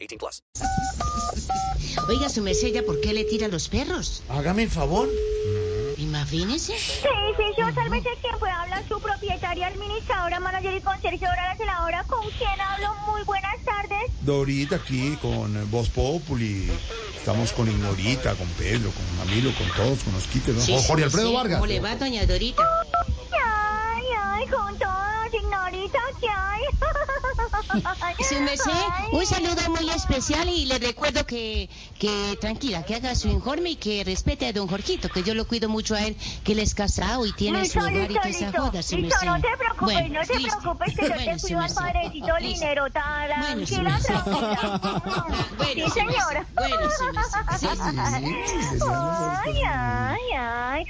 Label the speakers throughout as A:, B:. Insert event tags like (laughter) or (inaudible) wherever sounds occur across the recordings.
A: 18 plus.
B: Oiga, su mesella, ¿por qué le tiran los perros?
C: Hágame el favor.
B: Imagínese.
D: Sí, sí, yo sálvese quien pueda hablar, su propietaria, administradora, manager y conserje, la celadora, con quien hablo. Muy buenas tardes.
C: Dorita aquí con Voz Populi. Estamos con Ignorita, con Pedro, con Mamilo, con todos, con los quites. ¿no?
B: Sí,
C: Jorge
B: sí,
C: Alfredo
B: sí.
C: Vargas.
B: ¿Cómo le va, doña Dorita?
D: Ay, ay, con todos, ignorita, ¿qué hay?
B: Su merced, un saludo muy especial y le recuerdo que, que tranquila, que haga su informe y que respete a don Jorgito, que yo lo cuido mucho a él, que él es casado y tiene su hogar
D: Listo,
B: y
D: listo,
B: toda esa
D: listo.
B: joda, su
D: Listo,
B: merced.
D: no te preocupes,
B: Bueno,
D: no te
B: listo.
D: preocupes, que yo
B: (laughs) Bueno,
D: te
B: su
D: cuido al
B: merced.
D: padrecito
B: Listo.
D: linero,
B: Bueno, su
D: tranquila,
B: merced.
D: tranquila.
B: (laughs) Bueno, su
D: Sí,
B: merced.
D: señora.
B: Bueno, su merced. Sí, sí, sí.
D: Ay, ay, ay. Ay,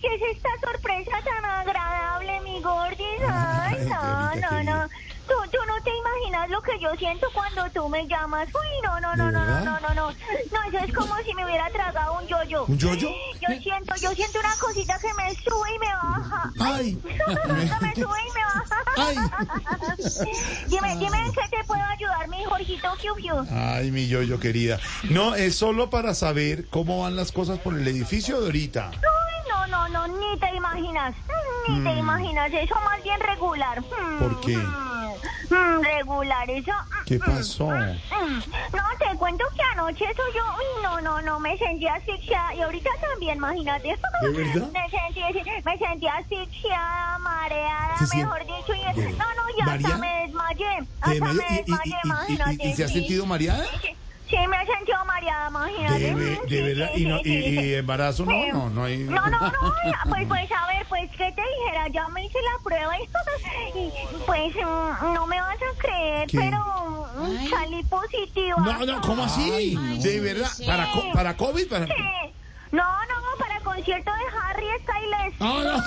D: ¿qué es esta sorpresa tan agradable, mi gordis? Ay,
C: (laughs) Ay,
D: no,
C: Dianita
D: no, no.
C: querida.
D: Tú, tú no te imaginas lo que yo siento cuando tú me llamas. Uy, no, no, no,
C: ¿De
D: no, no,
C: verdad?
D: no, no, no. No, eso es como si me hubiera tragado un yoyo.
C: ¿Un yoyo?
D: Yo siento, yo siento una cosita que me sube y me baja.
C: ¡Ay!
D: me sube y me baja.
C: ¡Ay!
D: (laughs) Dime, dime en qué te puedo ayudar, mi Jorgito Fiu Fiu.
C: Ay, mi yoyo querida. No, es solo para saber cómo van las cosas por el edificio, Dorita.
D: Ay, no, no, no, ni te imaginas. Ni te imaginas. Eso más bien regular. Mm,
C: Hmm. ¿Por qué?
D: mm, mm, regular, eso. mm,
C: ¿Qué
D: mm,
C: pasó?
D: mm. No, te cuento que anoche eso yo. Uy, no, no, no, me sentí asfixiada. Y ahorita también, imagínate.
C: ¿De verdad?
D: (laughs) Me sentí, me sentí asfixiada, mareada,
C: ¿Se siente?
D: mejor dicho. Y,
C: ¿De-
D: no, no, ya hasta
C: María?
D: me desmayé.
C: Eh,
D: Hasta
C: medio-
D: me
C: y- y-
D: desmayé,
C: y- y-
D: imagínate.
C: y- y- se ha
D: sí.
C: sentido mareada?
D: Sí, sí, me he sentido mareada, imagínate.
C: De, ve-
D: Mm,
C: de
D: sí,
C: verdad.
D: sí,
C: Y, no-
D: sí, sí,
C: y,
D: sí.
C: y embarazo, no, no, no hay.
D: No, no,
C: (laughs)
D: no, pues, pues a ver, pues que te dijera, ya me hice la prueba y, y, pues mm, no me vas a creer,
C: ¿Qué?
D: pero mm,
B: Ay.
D: salí positiva.
C: No, no, ¿cómo así? de verdad. ¿Para, co- ¿Para COVID? Para...
D: Sí. No, no, para el concierto de Harry Styles.
C: No, (laughs) no.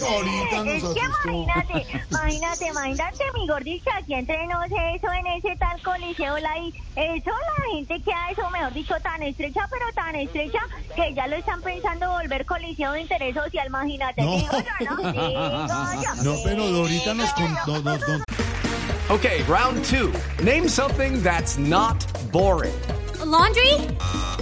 C: Dorita
D: Es
C: nos
D: que
C: asustó.
D: imagínate, imagínate, imagínate, mi gordis, que aquí entre nos eso en ese tal coliseo la y eso la gente queda eso, mejor dicho, tan estrecha, pero tan estrecha que ya lo están pensando volver coliseo de interés social, imagínate.
C: No.
D: Digo yo, ¿no? Digo yo.
C: (laughs) No, pero Dorita nos, con- no- nos, nos,
E: Okay, round two. Name something that's not boring.
F: A laundry?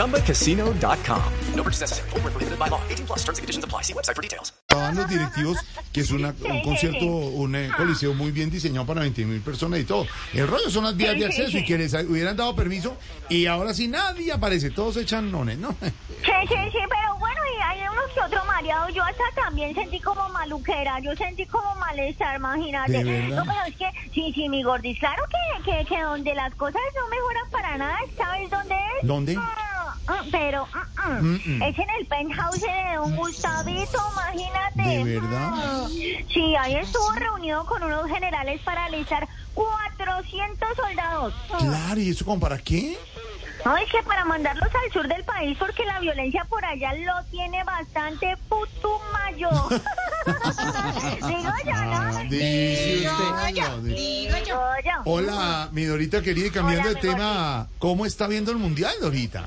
E: ChumbaCasino.com.
A: No purchase necessary. Void were prohibited by law. 18 plus terms and conditions apply. See website for details.
C: Estaban los directivos, que es una- un concierto, un eh, coliseo muy bien diseñado para 20 mil personas y todo. El rollo son las vías de acceso y que les hubieran dado permiso y ahora sí nadie aparece, todos se echan nones, ¿no? (laughs)
D: Sí, sí, sí, pero bueno, y hay uno que otro mareado. Yo hasta también sentí como maluquera, yo sentí como malestar, imagínate.
C: ¿De verdad?
D: No, pero es que, sí, sí, mi gordis, claro que, que, que donde las cosas no mejoran para nada, ¿sabes dónde es?
C: ¿Dónde?
D: Ah, ah, Pero ah, ah, es en el penthouse de Don Gustavito, imagínate.
C: ¿De verdad?
D: Ah, Sí, ahí estuvo reunido con unos generales para alistar 400 soldados. Ah,
C: Claro, ¿y eso como para qué?
D: no, es que para mandarlos al sur del país porque la violencia por allá lo tiene bastante putumayo.
C: (laughs)
D: Digo yo,
C: Ah,
D: ¿no?
C: Dice
D: yo,
C: usted.
D: Digo yo.
C: Hola, mi Dorita querida, y cambiando
D: Hola,
C: de
D: mi
C: tema, ¿cómo está viendo el mundial, Dorita?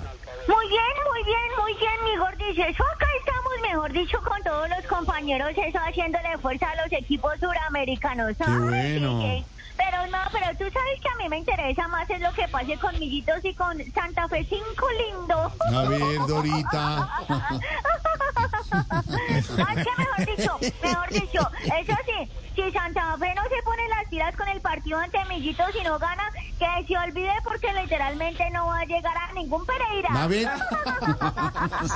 D: Muy bien, muy bien, muy bien, mi gordis. Eso acá estamos, mejor dicho, con todos los compañeros, eso haciéndole fuerza a los equipos suramericanos.
C: Qué
D: Ay,
C: bueno.
D: sí, sí. Pero no, pero tú sabes que a mí me interesa más es lo que pase con Millitos y con Santa Fe 5 lindo.
C: A ver, Dorita.
D: Ay, que mejor dicho, mejor dicho, eso sí, si Santa Fe no se pone las tiras con el partido ante Millito si no gana, Que se olvide porque literalmente no va a llegar a ningún Pereira.
C: A ver.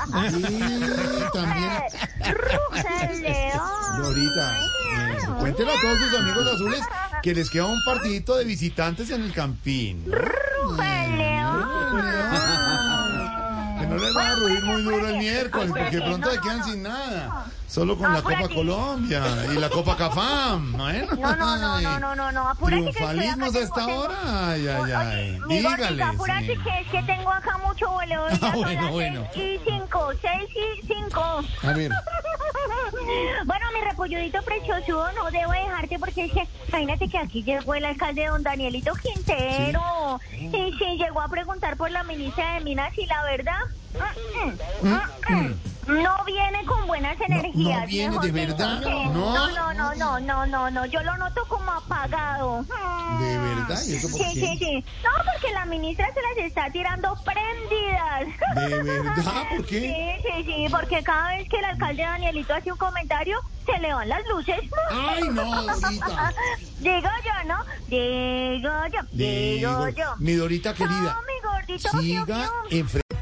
C: Y también,
D: Eh, ruge el león.
C: Dorita, eh, cuéntelo a todos sus amigos azules que les queda un partidito de visitantes en el Campín.
D: Ruge el león.
C: Que no les va a ruir muy duro el miércoles, porque pronto se quedan sin nada. Solo con la Copa Colombia y la Copa Cafam. Bueno,
D: No, no, no, no, no, no, no. Apúrate que estoy acá,
C: Triunfalismos a
D: tengo-
C: esta
D: tengo-
C: hora. Ay, ay,
D: Oye,
C: ay.
D: mi gordita,
C: eh, Dígale.
D: apúrate
C: señor.
D: que es que tengo acá mucho voleo. Ya
C: Ah,
D: son
C: bueno,
D: las
C: bueno.
D: seis Y cinco, seis y cinco.
C: A ver.
D: (laughs) Bueno, mi repolludito precioso, no debo dejarte porque es que, imagínate que aquí llegó el alcalde don Danielito Quintero. Y sí, llegó a preguntar por la ministra de Minas y la verdad, mm, mm, mm, mm, no viene con buenas energías.
C: viene,
D: mejor
C: ¿de
D: dicho,
C: verdad?
D: sí.
C: No.
D: no, no, no, no, no, no, no, yo lo noto como apagado. Mm.
C: ¿De verdad? ¿Y eso por
D: Sí,
C: qué?
D: sí, sí. No, porque la ministra se las está tirando prendidas.
C: ¿De verdad? ¿Por qué?
D: Sí, sí, sí, porque cada vez que el alcalde Danielito hace un comentario, se le van las luces.
C: Ay, no, Dorita.
D: Digo yo, ¿no? Digo yo, digo
C: Digo,
D: yo.
C: mi Dorita querida,
D: No, mi gordito, piu,
C: siga
D: piu.
C: enfrente.